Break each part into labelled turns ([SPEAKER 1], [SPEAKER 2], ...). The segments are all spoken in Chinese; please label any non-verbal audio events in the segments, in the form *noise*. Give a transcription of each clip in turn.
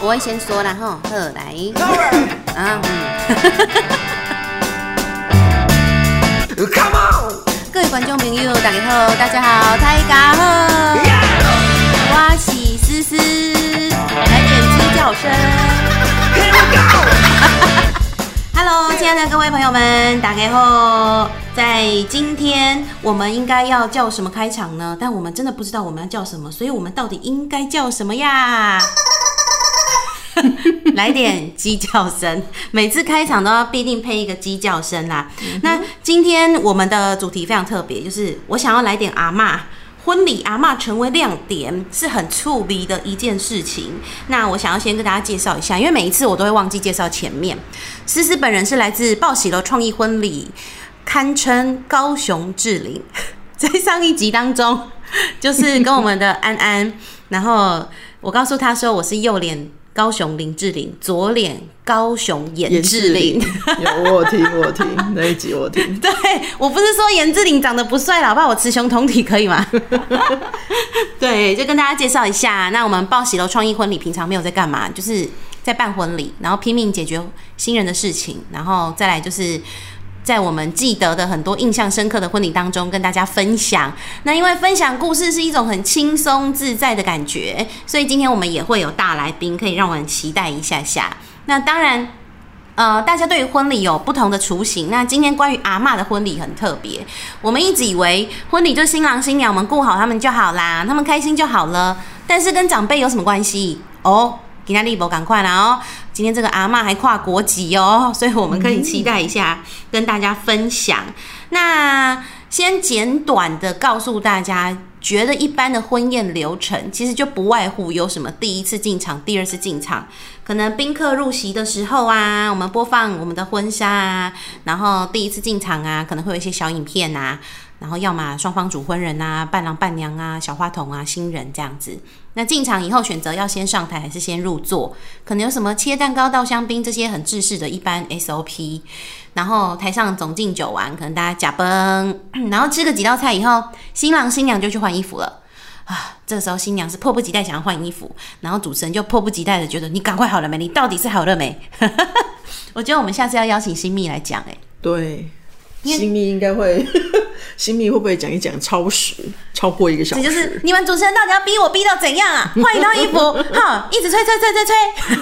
[SPEAKER 1] 我会先说啦吼，好来，啊嗯， *laughs*
[SPEAKER 2] Come on!
[SPEAKER 1] 各位观众朋友大家好，大家好，大家好，我是思思，来点鸡叫声。Hello，亲爱的各位朋友们，大家好！在今天我们应该要叫什么开场呢？但我们真的不知道我们要叫什么，所以我们到底应该叫什么呀？来点鸡叫声，每次开场都要必定配一个鸡叫声啦。那今天我们的主题非常特别，就是我想要来点阿嬷婚礼阿嬷成为亮点是很触鼻的一件事情。那我想要先跟大家介绍一下，因为每一次我都会忘记介绍前面。思思本人是来自报喜楼创意婚礼，堪称高雄志玲。 *laughs* 在上一集当中， *laughs* 就是跟我们 *laughs* 的安安，然后我告诉他说我是右脸高雄林志玲，左脸高雄严志玲。 *laughs*
[SPEAKER 3] 有我有听，我有听那一集我有听，
[SPEAKER 1] 对我不是说严志玲长得不帅啦，老爸我雌雄同体可以吗？ *laughs* 对，就跟大家介绍一下。那我们报喜楼创意婚礼平常没有在干嘛，就是在办婚礼，然后拼命解决新人的事情，然后再来就是。在我们记得的很多印象深刻的婚礼当中，跟大家分享。那因为分享故事是一种很轻松自在的感觉，所以今天我们也会有大来宾，可以让我们期待一下下。那当然，呃，大家对于婚礼有不同的雏形。那今天关于阿嬷的婚礼很特别，我们一直以为婚礼就新郎新娘，我们顾好他们就好啦，他们开心就好了。但是跟长辈有什么关系哦？给他力博，赶快啦哦！今天这个阿嬷还跨国籍哦，所以我们可以期待一下，跟大家分享。那先简短的告诉大家，觉得一般的婚宴流程其实就不外乎有什么第一次进场、第二次进场，可能宾客入席的时候啊，我们播放我们的婚纱啊，然后第一次进场啊，可能会有一些小影片啊，然后要么双方主婚人啊、伴郎伴娘啊、小花童啊、新人这样子。那进场以后选择要先上台还是先入座，可能有什么切蛋糕、倒香槟这些很制式的一般 SOP。然后台上总进酒完，可能大家假崩，然后吃个几道菜以后，新郎新娘就去换衣服了。啊，这时候新娘是迫不及待想要换衣服，然后主持人就迫不及待的觉得你赶快好了没？你到底是好了没？ *laughs* 我觉得我们下次要邀请新密来讲、欸，
[SPEAKER 3] 对。新密应该会， *laughs* 新密会不会讲一讲超时，超过一个小
[SPEAKER 1] 这
[SPEAKER 3] 时？
[SPEAKER 1] 就是你们主持人到底要逼我逼到怎样啊？换一套衣服，哈，一直吹吹吹吹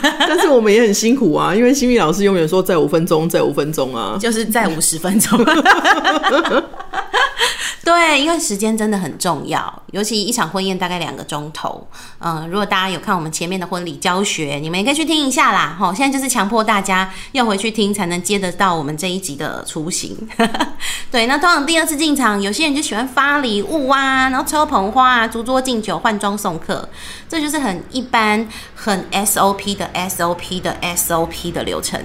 [SPEAKER 1] 吹，
[SPEAKER 3] 但是我们也很辛苦啊，因为新密老师永远说再五分钟，再五分钟啊。
[SPEAKER 1] 就是在五十分钟。对，因为时间真的很重要，尤其一场婚宴大概两个钟头。嗯、如果大家有看我们前面的婚礼教学，你们也可以去听一下啦。吼，现在就是强迫大家要回去听，才能接得到我们这一集的雏形。 *laughs* 对，那通常第二次进场，有些人就喜欢发礼物啊，然后抽捧花啊，烛桌敬酒，换装送客，这就是很一般、很 SOP 的 SOP 的 SOP 的流程。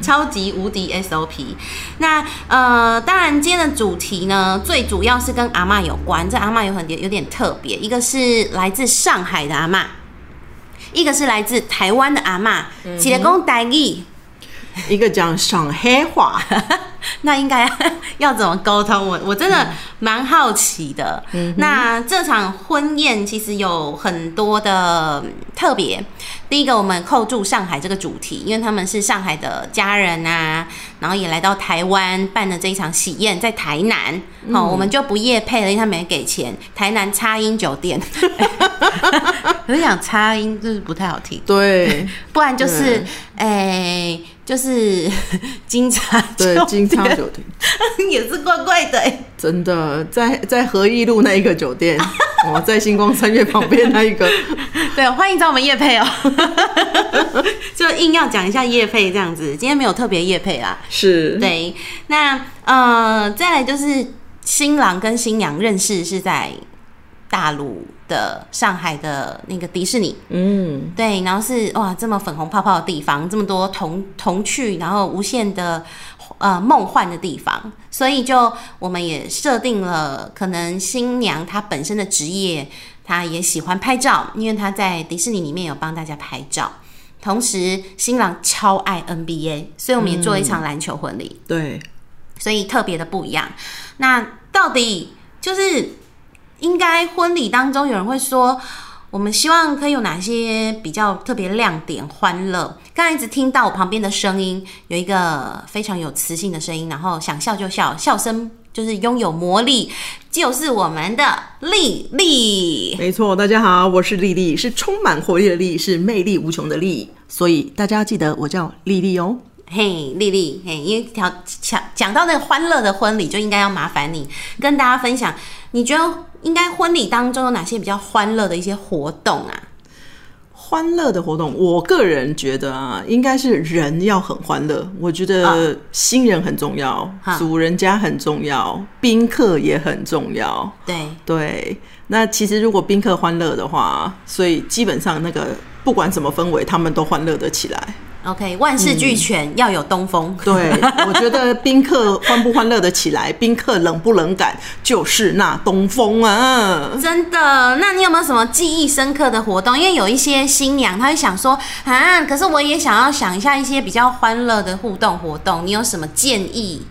[SPEAKER 1] 超级无敌 SOP。那呃，当然今天的主题呢，最主要是跟阿嬷有关。这阿嬷有很有点特别，一个是来自上海的阿嬷，一个是来自台湾的阿嬷，一个讲台语，
[SPEAKER 3] 一个讲上海话，
[SPEAKER 1] *laughs* 那应该要怎么沟通？我我真的蛮好奇的。那这场婚宴其实有很多的嗯特别。第一个，我们扣住上海这个主题，因为他们是上海的家人啊，然后也来到台湾办了这一场喜宴，在台南。哦，我们就不夜配了，因为他没给钱。台南差音酒店， *laughs* 我就想差音就是不太好听。
[SPEAKER 3] 对
[SPEAKER 1] 不然就是，哎、就是 *laughs* 金叉 *laughs*
[SPEAKER 3] 对，
[SPEAKER 1] 酒
[SPEAKER 3] 金昌
[SPEAKER 1] 店
[SPEAKER 3] 酒店，
[SPEAKER 1] 也是怪怪的、欸。
[SPEAKER 3] 真的在在和义路那一个酒店，哦，在星光三月旁边那一个，
[SPEAKER 1] 对，欢迎找我们叶配哦， *laughs* 就硬要讲一下叶配这样子。今天没有特别叶配啦，
[SPEAKER 3] 是，
[SPEAKER 1] 对。那呃，再来就是新郎跟新娘认识是在大陆的上海的那个迪士尼，
[SPEAKER 3] 嗯，
[SPEAKER 1] 对，然后是哇，这么粉红泡泡的地方，这么多童童趣，然后无限的呃梦幻的地方，所以就我们也设定了，可能新娘她本身的职业，她也喜欢拍照，因为她在迪士尼里面有帮大家拍照。同时，新郎超爱 NBA，所以我们也做一场篮球婚礼。
[SPEAKER 3] 对，
[SPEAKER 1] 所以特别的不一样。那到底就是应该婚礼当中有人会说，我们希望可以有哪些比较特别亮点、欢乐？刚才一直听到我旁边的声音，有一个非常有磁性的声音，然后想笑就笑，笑声就是拥有魔力，就是我们的丽丽。
[SPEAKER 3] 没错，大家好，我是丽丽，是充满活力的丽，是魅力无穷的丽，所以大家要记得我叫丽丽哦。
[SPEAKER 1] 嘿，丽丽，嘿，因为讲讲讲到那个欢乐的婚礼，就应该要麻烦你跟大家分享，你觉得应该婚礼当中有哪些比较欢乐的一些活动啊？
[SPEAKER 3] 欢乐的活动，我个人觉得啊，应该是人要很欢乐。我觉得新人很重要，
[SPEAKER 1] 啊
[SPEAKER 3] 主人家很重要，宾客也很重要。
[SPEAKER 1] 对，
[SPEAKER 3] 对，那其实如果宾客欢乐的话，所以基本上那个不管什么氛围，他们都欢乐得起来。
[SPEAKER 1] OK，万事俱全，要有东风。
[SPEAKER 3] 嗯对，我觉得宾客欢不欢乐得起来，宾客冷不冷感，就是那东风啊。
[SPEAKER 1] 真的，那你有没有什么记忆深刻的活动？因为有一些新娘，她会想说啊，可是我也想要想一下一些比较欢乐的互动活动，你有什么建议？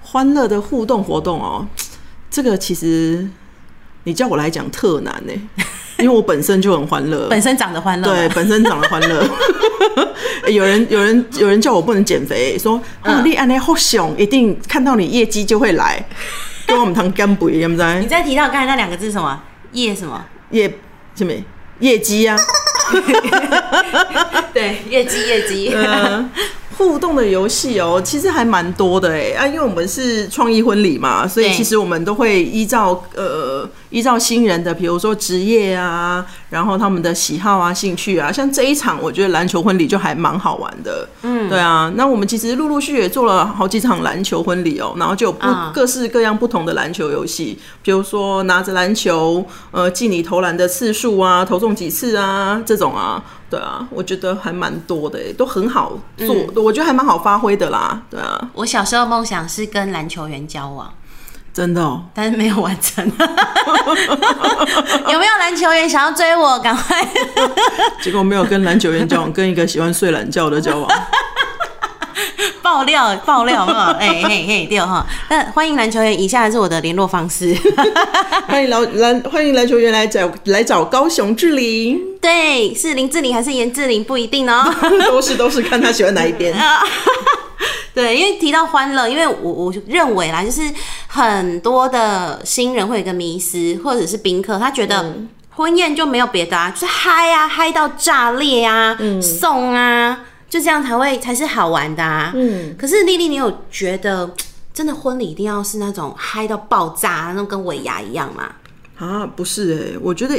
[SPEAKER 3] 欢乐的互动活动哦，这个其实你叫我来讲特难呢、因为我本身就很欢乐，
[SPEAKER 1] 本身长得欢乐，
[SPEAKER 3] 对，本身长得欢乐。 *laughs* 有人有人有人叫我不能减肥，说
[SPEAKER 1] 嗯
[SPEAKER 3] 啊，你安尼好熊，一定看到你业绩就会来，跟我们谈干杯，你们
[SPEAKER 1] 你
[SPEAKER 3] 在
[SPEAKER 1] 再提到刚才那两个字是什么？夜什
[SPEAKER 3] *laughs*
[SPEAKER 1] 么？
[SPEAKER 3] 业什么业绩啊？
[SPEAKER 1] 对， *laughs* 业绩业绩。
[SPEAKER 3] 嗯，互动的游戏哦，其实还蛮多的哎啊，因为我们是创意婚礼嘛，所以
[SPEAKER 1] 对
[SPEAKER 3] 其实我们都会依照呃依照新人的，比如说职业啊，然后他们的喜好啊、兴趣啊，像这一场，我觉得篮球婚礼就还蛮好玩的。嗯，对啊，那我们其实陆陆续续也做了好几场篮球婚礼哦，然后就有不、
[SPEAKER 1] 啊
[SPEAKER 3] 各式各样不同的篮球游戏，比如说拿着篮球，呃，记你投篮的次数啊，投中几次啊，这种啊，对啊，我觉得还蛮多的耶，欸都很好做，我觉得还蛮好发挥的啦，对啊，
[SPEAKER 1] 我小时候梦想是跟篮球员交往，
[SPEAKER 3] 真的、 *laughs* 哦，
[SPEAKER 1] 但是没有完成。 *laughs* 有没有篮球员想要追我？赶快！ *laughs*
[SPEAKER 3] 结果没有跟篮球员交往，跟一个喜欢睡懒觉的交往，
[SPEAKER 1] 爆料爆料嘛，哎嘿嘿对哈。那欢迎篮球员，以下是我的联络方式。
[SPEAKER 3] *laughs*
[SPEAKER 1] *laughs*
[SPEAKER 3] 欢迎篮篮欢迎篮球员来找来找高雄志玲， *laughs*
[SPEAKER 1] 对，是林志玲还是严志玲不一定哦。
[SPEAKER 3] 都是都是看他喜欢哪一边，
[SPEAKER 1] *laughs* 对，因为提到欢乐，因为我我认为啦，就是很多的新人会有一个迷失，或者是宾客，他觉得
[SPEAKER 3] 嗯
[SPEAKER 1] 婚宴就没有别的啊，就是嗨啊，嗨到炸裂啊，
[SPEAKER 3] 嗯
[SPEAKER 1] 送啊，就这样才会才是好玩的啊。嗯，可是丽丽，你有觉得真的婚礼一定要是那种嗨到爆炸，那种跟尾牙一样吗？
[SPEAKER 3] 啊，不是哎、我觉得，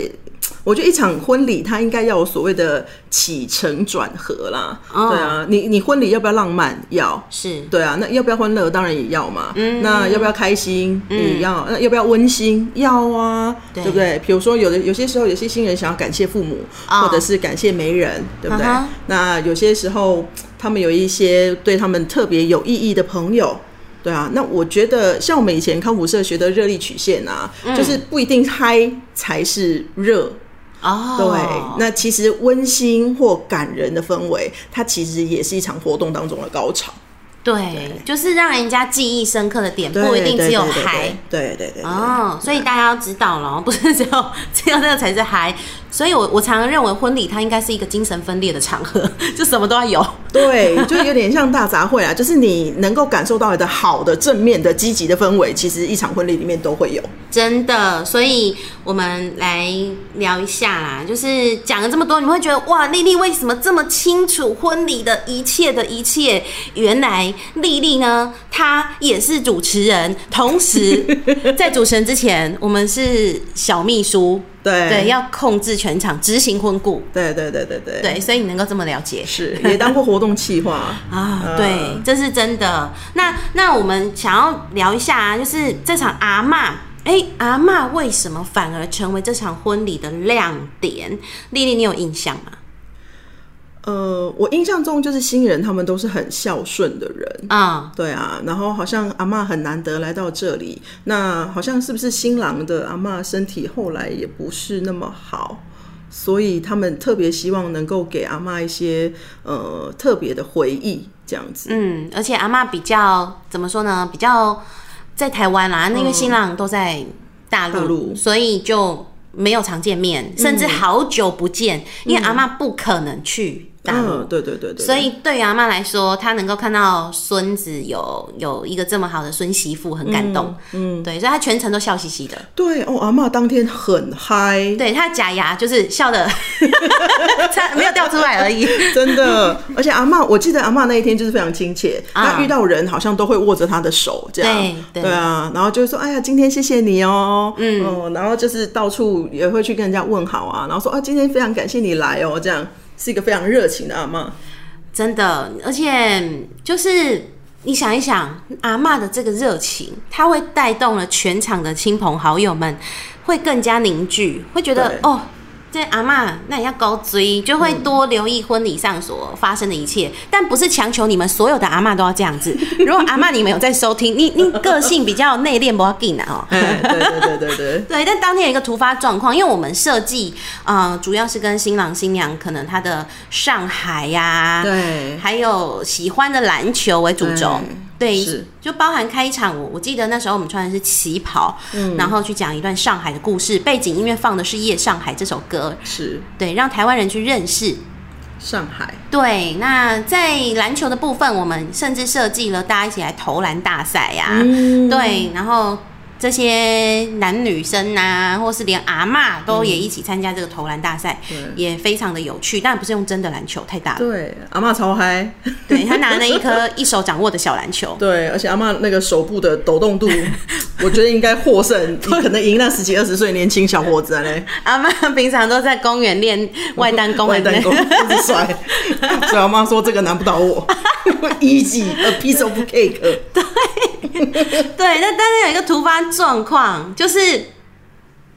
[SPEAKER 3] 我觉得一场婚礼它应该要有所谓的起承转合啦。
[SPEAKER 1] 哦
[SPEAKER 3] 对啊，你你婚礼要不要浪漫？要。
[SPEAKER 1] 是，
[SPEAKER 3] 对啊，那要不要欢乐？当然也要嘛。嗯，那要不要开心？也要。那要不要温馨？要啊，
[SPEAKER 1] 嗯对
[SPEAKER 3] 不对？比如说，有的有些时候，有些新人想要感谢父母，
[SPEAKER 1] 哦
[SPEAKER 3] 或者是感谢媒人，对不对
[SPEAKER 1] 嗯哼
[SPEAKER 3] 那有些时候，他们有一些对他们特别有意义的朋友。对啊，那我觉得像我们以前康复社学的热力曲线啊，
[SPEAKER 1] 嗯
[SPEAKER 3] 就是不一定嗨才是热，
[SPEAKER 1] 哦，
[SPEAKER 3] 对，那其实温馨或感人的氛围，它其实也是一场活动当中的高潮。
[SPEAKER 1] 对，就是让人家记忆深刻的点，
[SPEAKER 3] 对
[SPEAKER 1] 不一定
[SPEAKER 3] 对
[SPEAKER 1] 只有
[SPEAKER 3] 对对
[SPEAKER 1] 嗨。
[SPEAKER 3] 对对对对。
[SPEAKER 1] 哦，所以大家要知道了，不是只有 *laughs* 只有那个才是嗨。所以我我常常认为婚礼它应该是一个精神分裂的场合， *laughs* 就什么都要有。
[SPEAKER 3] 对，就有点像大杂烩啊，就是你能够感受到的好的、正面的、积极的氛围，其实一场婚礼里面都会有。
[SPEAKER 1] 真的，所以我们来聊一下啦，就是讲了这么多，你们会觉得哇，丽丽为什么这么清楚婚礼的一切的一切？原来丽丽呢，她也是主持人，同时 *laughs* 在主持人之前，我们是小秘书，
[SPEAKER 3] 对
[SPEAKER 1] 对，要控制全场，执行婚顾，
[SPEAKER 3] 对对对对对，
[SPEAKER 1] 对，所以你能够这么了解， *laughs*
[SPEAKER 3] 是也当过活动企划
[SPEAKER 1] 啊，
[SPEAKER 3] 嗯
[SPEAKER 1] 对，这是真的。那那我们想要聊一下、啊，就是这场阿嬷，哎、阿嬷为什么反而成为这场婚礼的亮点？丽丽，你有印象吗？
[SPEAKER 3] 呃，我印象中就是新人他们都是很孝顺的人。
[SPEAKER 1] 啊、
[SPEAKER 3] 对啊，然后好像阿嬷很难得来到这里，那好像是不是新郎的阿嬷身体后来也不是那么好，所以他们特别希望能够给阿嬷一些呃特别的回忆，这样子。
[SPEAKER 1] 嗯，而且阿嬷比较怎么说呢？啊比较在台湾啦，那因为新郎都在大
[SPEAKER 3] 大
[SPEAKER 1] 陆，
[SPEAKER 3] 陆嗯
[SPEAKER 1] 所以就没有常见面，甚至好久不见，因为阿妈不可能去大陆。
[SPEAKER 3] 嗯，对对对对，
[SPEAKER 1] 所以对于阿妈来说，她能够看到孙子有有一个这么好的孙媳妇，很感动。嗯，对，所以她全程都笑嘻嘻的。
[SPEAKER 3] 对哦，阿嬷当天很嗨，
[SPEAKER 1] 对，她假牙就是笑的， *laughs* 差没有掉出来而已。
[SPEAKER 3] *laughs* 真的，而且阿嬷，我记得阿嬷那一天就是非常亲切，
[SPEAKER 1] 啊
[SPEAKER 3] 她遇到人好像都会握着她的手这样，
[SPEAKER 1] 对对
[SPEAKER 3] 啊，然后就会说，哎呀，今天谢谢你哦，嗯，哦，然后就是到处也会去跟人家问好啊，然后说啊，今天非常感谢你来哦，这样是一个非常热情的
[SPEAKER 1] *laughs*
[SPEAKER 3] 阿嬷，
[SPEAKER 1] 真的，而且就是你想一想，阿嬷的这个热情，她会带动了全场的亲朋好友们，会更加凝聚，会觉得
[SPEAKER 3] 对嗯
[SPEAKER 1] 哦。这阿嬷那也要高追，就会多留意婚礼上所发生的一切，但不是强求你们所有的阿嬷都要这样子。如果阿嬷你们有在收听，你你个性比较内敛，不要紧啊哦。
[SPEAKER 3] 哎，对对对对对。
[SPEAKER 1] *laughs* 对，但当天有一个突发状况，因为我们设计，呃，主要是跟新郎新娘可能他的上海呀、
[SPEAKER 3] 对
[SPEAKER 1] 还有喜欢的篮球为主轴。对，
[SPEAKER 3] 嗯是
[SPEAKER 1] 就包含开场，我我记得那时候我们穿的是旗袍，
[SPEAKER 3] 嗯
[SPEAKER 1] 然后去讲一段上海的故事，背景音乐放的是《夜上海》这首歌，
[SPEAKER 3] 是
[SPEAKER 1] 对，让台湾人去认识。
[SPEAKER 3] 上海，
[SPEAKER 1] 对，那在篮球的部分，我们甚至设计了大家一起来投篮大赛呀、
[SPEAKER 3] 嗯
[SPEAKER 1] 对，然后这些男女生啊，或是连阿嬷都也一起参加这个投篮大赛，
[SPEAKER 3] 嗯对
[SPEAKER 1] 也非常的有趣。但不是用真的篮球，太大了。
[SPEAKER 3] 对，阿嬷超嗨， *laughs*
[SPEAKER 1] 对他拿了一颗一手掌握的小篮球，
[SPEAKER 3] 对，而且阿嬷那个手部的抖动度，我觉得应该获胜，可能赢那十几二十岁年轻小伙子啊嘞，
[SPEAKER 1] *laughs* 阿嬷平常都在公园练外单弓，
[SPEAKER 3] 外单弓一直 *laughs* 甩，所以阿嬷说这个难不倒我 *laughs* ，easy a piece of cake，
[SPEAKER 1] *laughs* 对，但但是有一个突发状况，就是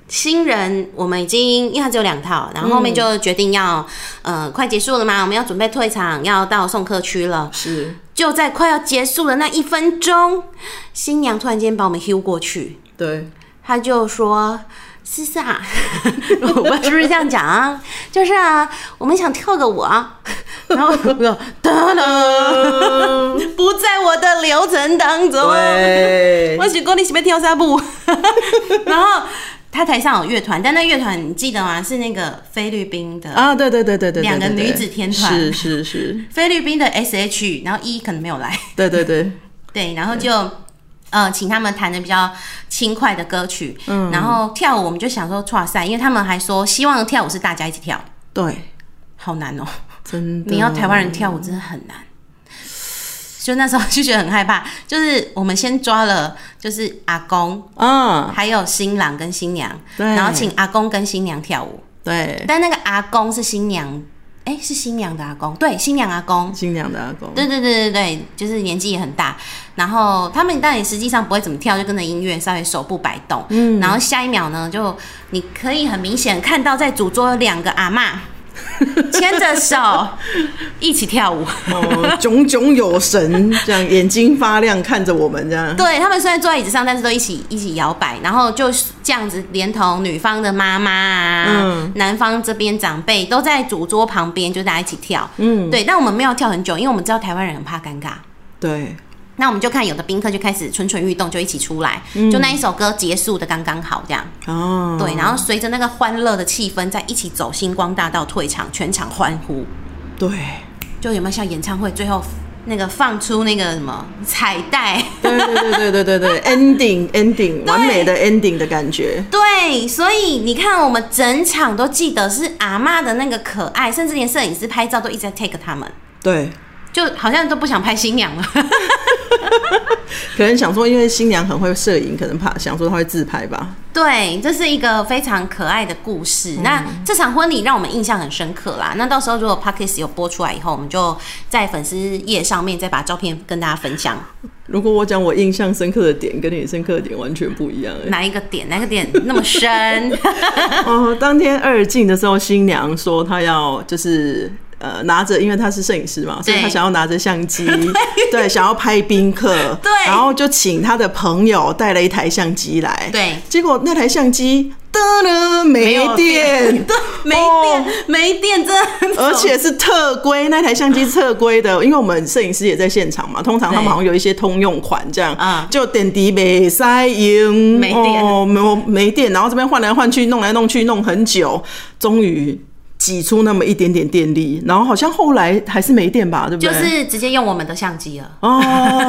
[SPEAKER 1] 新人我们已经因为它只有两套，然后后面就决定要、呃快结束了嘛，我们要准备退场，要到送客区了。
[SPEAKER 3] 是
[SPEAKER 1] 就在快要结束的那一分钟，新娘突然间把我们 h 过去，
[SPEAKER 3] 对，
[SPEAKER 1] 她就说。思思啊， *laughs* 我不知道是不是这样讲啊？就是啊，我们想跳个舞啊，然后我说哒啦，
[SPEAKER 3] 呃
[SPEAKER 1] 不在我的流程当中。
[SPEAKER 3] *laughs* 对
[SPEAKER 1] 我，是讲你是要跳啥舞？ *laughs* 然后他台上有乐团，但那乐团你记得吗？是那个菲律宾的，
[SPEAKER 3] 啊，对对对对对，对
[SPEAKER 1] 两个女子天团
[SPEAKER 3] 是是是，
[SPEAKER 1] 菲律宾的 S.H.E，然后一、可能没有来，
[SPEAKER 3] 对对对，
[SPEAKER 1] 对，然后就呃请他们弹的比较轻快的歌曲，嗯，然后跳舞我们就想说哇塞，因为他们还说希望跳舞是大家一起跳，
[SPEAKER 3] *laughs* 对，
[SPEAKER 1] 好难哦、
[SPEAKER 3] 真的，
[SPEAKER 1] 你要台湾人跳舞真的很难。就那时候就觉得很害怕，就是我们先抓了，就是阿公，
[SPEAKER 3] 啊，
[SPEAKER 1] 还有新郎跟新娘，
[SPEAKER 3] 对
[SPEAKER 1] 然后请阿公跟新娘跳舞。
[SPEAKER 3] 对，
[SPEAKER 1] 但那个阿公是新娘，哎、是新娘的阿公，对，新娘阿公，
[SPEAKER 3] 新娘的阿公，
[SPEAKER 1] 对对对对对，就是年纪也很大。然后他们但也实际上不会怎么跳，就跟着音乐稍微手部摆动。嗯，然后下一秒呢，就你可以很明显看到在主桌有两个阿嬷牵着手一起跳舞。
[SPEAKER 3] 哦，炯炯有神，这样眼睛发亮看着我们这样。
[SPEAKER 1] 对他们虽然坐在椅子上，但是都一起一起摇摆，然后就是这样子，连同女方的妈妈啊，
[SPEAKER 3] 嗯
[SPEAKER 1] 男方这边长辈都在主桌旁边，就大家一起跳。嗯，对，但我们没有跳很久，因为我们知道台湾人很怕尴尬。
[SPEAKER 3] 对
[SPEAKER 1] 那我们就看有的宾客就开始蠢蠢欲动，就一起出来，就那一首歌结束的刚刚好这样。
[SPEAKER 3] 哦，
[SPEAKER 1] 对，然后随着那个欢乐的气氛，再一起走星光大道退场，全场欢呼，
[SPEAKER 3] 对
[SPEAKER 1] 就有没有像演唱会最后那个放出那个什么彩带？ *laughs*
[SPEAKER 3] 对对对对对对，ending ending 完美的 ending 的感觉。
[SPEAKER 1] 对，所以你看，我们整场都记得是阿嬷的那个可爱，甚至连摄影师拍照都一直在 take 他们，
[SPEAKER 3] 对，
[SPEAKER 1] 就好像都不想拍新娘了。
[SPEAKER 3] 可能想说，因为新娘很会摄影，可能怕想说她会自拍吧。
[SPEAKER 1] 对，这是一个非常可爱的故事。
[SPEAKER 3] 嗯
[SPEAKER 1] 那这场婚礼让我们印象很深刻啦。那到时候如果 p o d c a s t 有播出来以后，我们就在粉丝页上面再把照片跟大家分享。
[SPEAKER 3] 如果我讲我印象深刻的点，跟你深刻的点完全不一样、
[SPEAKER 1] *laughs*
[SPEAKER 3] 欸。
[SPEAKER 1] 哪一个点？哪个点那么
[SPEAKER 3] *laughs*
[SPEAKER 1] 深？
[SPEAKER 3] 哦，当天二进的时候，新娘说她要就是呃拿着，因为她是摄影师嘛，所以
[SPEAKER 1] 对
[SPEAKER 3] 她想要拿着相机，对，想要拍宾客，
[SPEAKER 1] 对
[SPEAKER 3] 然后就请她的朋友带了一台相机来，
[SPEAKER 1] 对
[SPEAKER 3] 结果那台相机噔噔噔，没
[SPEAKER 1] *laughs*
[SPEAKER 3] 电，
[SPEAKER 1] 对，没
[SPEAKER 3] 哦
[SPEAKER 1] 电，没电，真的很
[SPEAKER 3] *laughs* 而
[SPEAKER 1] 丑
[SPEAKER 3] 且是特规，那台相机是特规的，因为我们摄影师也在现场嘛，通常他们
[SPEAKER 1] 对
[SPEAKER 3] 好像有一些通用款这样，
[SPEAKER 1] 啊
[SPEAKER 3] 就点滴没塞赢，
[SPEAKER 1] 没电
[SPEAKER 3] 哦，没有没电，然后这边换来换去，弄来弄去，弄很久，终于挤出那么一点点电力，然后好像后来还是没电吧，对不
[SPEAKER 1] 就
[SPEAKER 3] 对？
[SPEAKER 1] 是直接用我们的相机了。，
[SPEAKER 3] 哦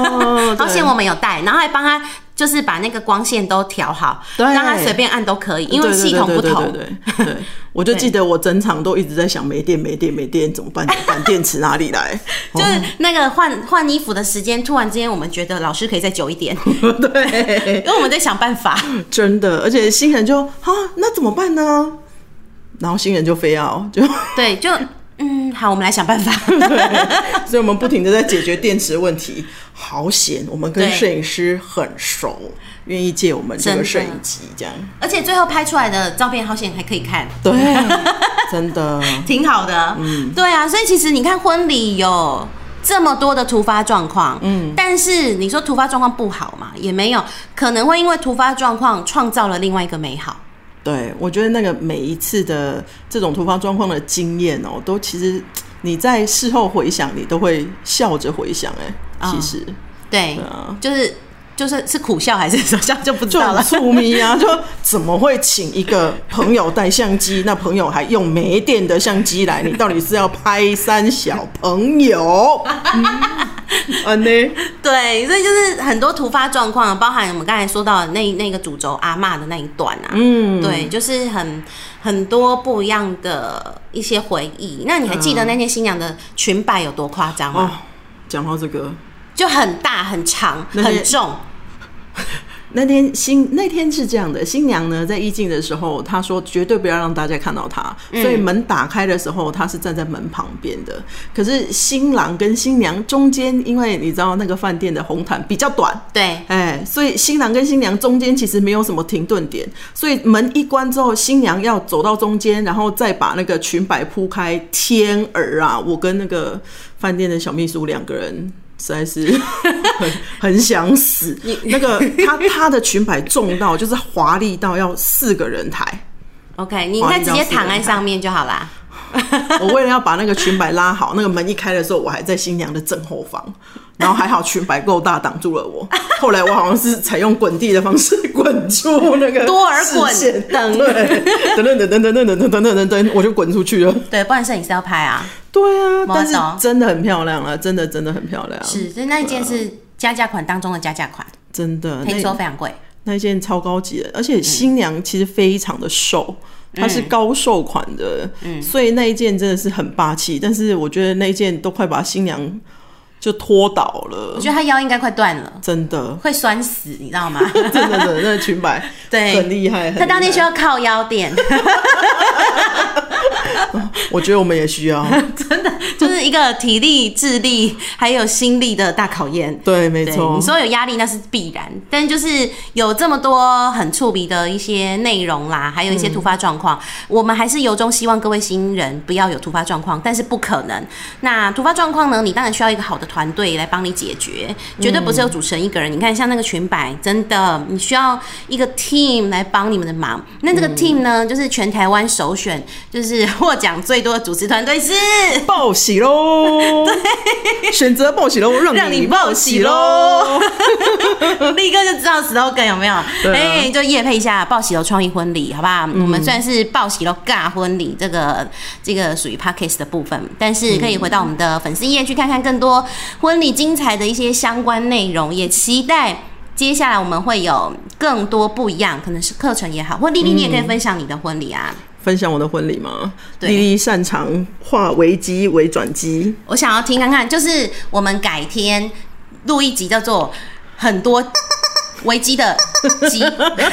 [SPEAKER 1] *laughs* 好险
[SPEAKER 3] 对
[SPEAKER 1] 我们有带，然后还帮他就是把那个光线都调好，
[SPEAKER 3] 对
[SPEAKER 1] 让他随便按都可以，因为
[SPEAKER 3] 对对
[SPEAKER 1] 系统不同。
[SPEAKER 3] 对对对对对我就记得我整场都一直在想没电没电没电怎么办怎么办电池哪
[SPEAKER 1] *laughs*
[SPEAKER 3] 里来？
[SPEAKER 1] 就是那个换换衣服的时间，突然之间我们觉得老师可以再久一点，
[SPEAKER 3] 哦对，
[SPEAKER 1] 因为我们在想办
[SPEAKER 3] *laughs*
[SPEAKER 1] 法。
[SPEAKER 3] 真的，而且新人就啊那怎么办呢？然后新人就非要就， *laughs*
[SPEAKER 1] 对，就嗯，好，我们来想办法。
[SPEAKER 3] 所以我们不停的在解决电池问题。好险，我们跟
[SPEAKER 1] 对
[SPEAKER 3] 摄影师很熟，愿意借我们这
[SPEAKER 1] 真
[SPEAKER 3] 个
[SPEAKER 1] 的
[SPEAKER 3] 摄影机这样。
[SPEAKER 1] 而且最后拍出来的照片好险还可以看，
[SPEAKER 3] 对，真的，
[SPEAKER 1] 挺好的。嗯，对啊，所以其实你看婚礼有。这么多的突发状况，嗯，但是你说突发状况不好嘛？也没有，可能会因为突发状况创造了另外一个美好。
[SPEAKER 3] 对，我觉得那个每一次的这种突发状况的经验哦，都其实你在事后回想，你都会笑着回想、哎、
[SPEAKER 1] 啊
[SPEAKER 3] 其实
[SPEAKER 1] 对，
[SPEAKER 3] 对啊
[SPEAKER 1] 就是就是是苦笑还是什么笑就不知
[SPEAKER 3] 就
[SPEAKER 1] 道
[SPEAKER 3] 很
[SPEAKER 1] 了。
[SPEAKER 3] 醋迷啊，就怎么会请一个朋友带相机，那朋友还用没电的相机来，你到底是要拍三小朋友？嗯，啊呢，
[SPEAKER 1] 对，所以就是很多突发状况，包含我们刚才说到的那那个主轴阿嬷的那一段啊，
[SPEAKER 3] 嗯，
[SPEAKER 1] 对，就是很很多不一样的一些回忆。那你还记得那天新娘的裙摆有多夸张
[SPEAKER 3] 哦
[SPEAKER 1] 吗？，
[SPEAKER 3] 讲到这个，
[SPEAKER 1] 就很大、很长、
[SPEAKER 3] 那天
[SPEAKER 1] 很重，
[SPEAKER 3] 那天新那天是这样的，新娘呢在一进的时候，她说绝对不要让大家看到她，所以门打开的时候，她是站在门旁边的。可是新郎跟新娘中间，因为你知道那个饭店的红毯比较短，
[SPEAKER 1] 对，
[SPEAKER 3] 哎，所以新郎跟新娘中间其实没有什么停顿点，所以门一关之后，新娘要走到中间，然后再把那个裙摆铺开。天儿啊，我跟那个饭店的小秘书两个人。实在是 *laughs* 很很想死。那个她她的裙摆重到就是华丽到要四个人抬，
[SPEAKER 1] OK，你应该直接躺在上面就好
[SPEAKER 3] *laughs*
[SPEAKER 1] 啦。
[SPEAKER 3] 我为了要把那个裙摆拉好，那个门一开的时候，我还在新娘的正后方，然后还好裙摆够大挡住
[SPEAKER 1] *laughs*
[SPEAKER 3] 了我。后来我好像是采用滚地的方式滚出那个
[SPEAKER 1] 多尔滚
[SPEAKER 3] 视线
[SPEAKER 1] 等
[SPEAKER 3] 对，等等等等等等等等等等等，我就滚出去了。
[SPEAKER 1] 对，不然摄影师要拍啊。
[SPEAKER 3] 对啊，
[SPEAKER 1] 我
[SPEAKER 3] 但是
[SPEAKER 1] 懂
[SPEAKER 3] 真的很漂亮啊，真的真的很漂亮，
[SPEAKER 1] 是，就是嗯那一件是加价款当中的加价款，
[SPEAKER 3] 真的。
[SPEAKER 1] 听说
[SPEAKER 3] 那
[SPEAKER 1] 非常贵。
[SPEAKER 3] 那一件超高级的，而
[SPEAKER 1] 嗯
[SPEAKER 3] 且新娘其实非常的瘦。她是高瘦款的，
[SPEAKER 1] 嗯
[SPEAKER 3] 所以那一件真的是很霸气。但是我觉得那一件都快把新娘就拖倒了。
[SPEAKER 1] 我觉得他腰应该快断了，，
[SPEAKER 3] 真的
[SPEAKER 1] 会酸死，你知道
[SPEAKER 3] *laughs*
[SPEAKER 1] 吗？
[SPEAKER 3] 真的，真的，那裙摆
[SPEAKER 1] *laughs* 对
[SPEAKER 3] 很厉害。很
[SPEAKER 1] 他当天
[SPEAKER 3] 厉害
[SPEAKER 1] 需要靠腰垫，
[SPEAKER 3] 我觉得我们也需
[SPEAKER 1] *laughs*
[SPEAKER 3] 要。
[SPEAKER 1] 真的就是一个体力、智力还有心力的大考验。
[SPEAKER 3] 对，没
[SPEAKER 1] 对，
[SPEAKER 3] 错
[SPEAKER 1] 你。说有压力那是必然，但就是有这么多很触鼻的一些内容啦，还有一些突发状况，
[SPEAKER 3] 嗯
[SPEAKER 1] 我们还是由衷希望各位新人不要有突发状况，但是不可能。那突发状况呢，你当然需要一个好的团队来帮你解决，绝对不是由主持人一个人。你看，像那个裙摆，真的你需要一个 team 来帮你们的忙。那这个 team 呢，就是全台湾首选，就是获奖最多的主持团队是。
[SPEAKER 3] 报喜喽！选择报喜喽，让
[SPEAKER 1] 让
[SPEAKER 3] 你
[SPEAKER 1] 你
[SPEAKER 3] 报
[SPEAKER 1] 报
[SPEAKER 3] 喜
[SPEAKER 1] 喜
[SPEAKER 3] 喽
[SPEAKER 1] 喽！ *laughs* 立刻就知道 slogan 有没有？
[SPEAKER 3] 对啊嗯
[SPEAKER 1] 哎、就夜配一下报喜楼创意婚礼，好不好？我们虽然是报喜楼尬婚礼，这个这个属于 podcast 的部分，但是可以
[SPEAKER 3] 嗯
[SPEAKER 1] 回到我们的粉丝页去看看更多婚礼精彩的一些相关内容，也期待。接下来我们会有更多不一样，可能是课程也好，或丽丽你
[SPEAKER 3] 嗯
[SPEAKER 1] 也可以分享你的婚礼啊。
[SPEAKER 3] 分享我的婚礼吗？
[SPEAKER 1] 对
[SPEAKER 3] 丽丽擅长化危机为转机。
[SPEAKER 1] 我想要听看看，就是我们改天录一集叫做很多危机的集。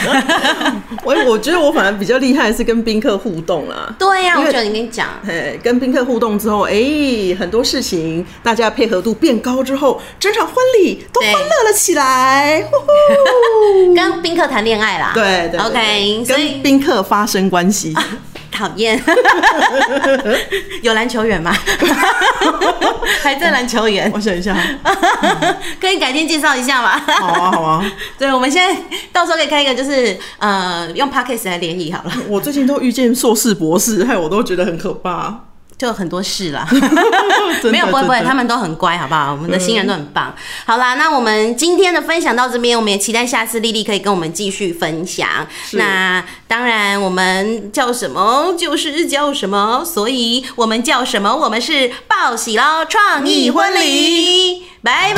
[SPEAKER 3] *laughs* 我我觉得我反而比较厉害的是跟宾客互动啦。
[SPEAKER 1] 对呀、
[SPEAKER 3] 因
[SPEAKER 1] 我
[SPEAKER 3] 为
[SPEAKER 1] 觉得你跟你讲，
[SPEAKER 3] 哎，跟宾客互动之后，哎、很多事情大家配合度变高之后，整场婚礼都欢
[SPEAKER 1] 对
[SPEAKER 3] 乐了起来。呼
[SPEAKER 1] *laughs*
[SPEAKER 3] 呼
[SPEAKER 1] 跟宾客谈恋爱啦。
[SPEAKER 3] 对对对
[SPEAKER 1] OK，所
[SPEAKER 3] 跟
[SPEAKER 1] 以啊
[SPEAKER 3] 宾客发生关系，
[SPEAKER 1] 讨厌。 *laughs* 有篮球
[SPEAKER 3] *laughs*
[SPEAKER 1] 员吗？还在篮球员
[SPEAKER 3] 我，想一下，
[SPEAKER 1] *laughs* 可以改天介绍一下吗？
[SPEAKER 3] 嗯好啊好啊，
[SPEAKER 1] *laughs*
[SPEAKER 3] *laughs*
[SPEAKER 1] 对，我们现在到时候可以开一个，就是呃，用 podcast 来联谊好了，
[SPEAKER 3] 我最近都遇见硕士博士，害我都觉得很可怕。
[SPEAKER 1] 就有很多事
[SPEAKER 3] *laughs*
[SPEAKER 1] 啦 *laughs*
[SPEAKER 3] 真的。
[SPEAKER 1] 没有，不会不会，
[SPEAKER 3] 真的嗯
[SPEAKER 1] 他们都很乖，好不好？我们的新人都很棒。好啦，那我们今天的分享到这边，我们也期待下次丽丽可以跟我们继续分享。那当然，我们叫什么就是叫什么，
[SPEAKER 3] 嗯
[SPEAKER 1] 所以我们叫什么，我们是报喜喽，创意婚礼，拜拜。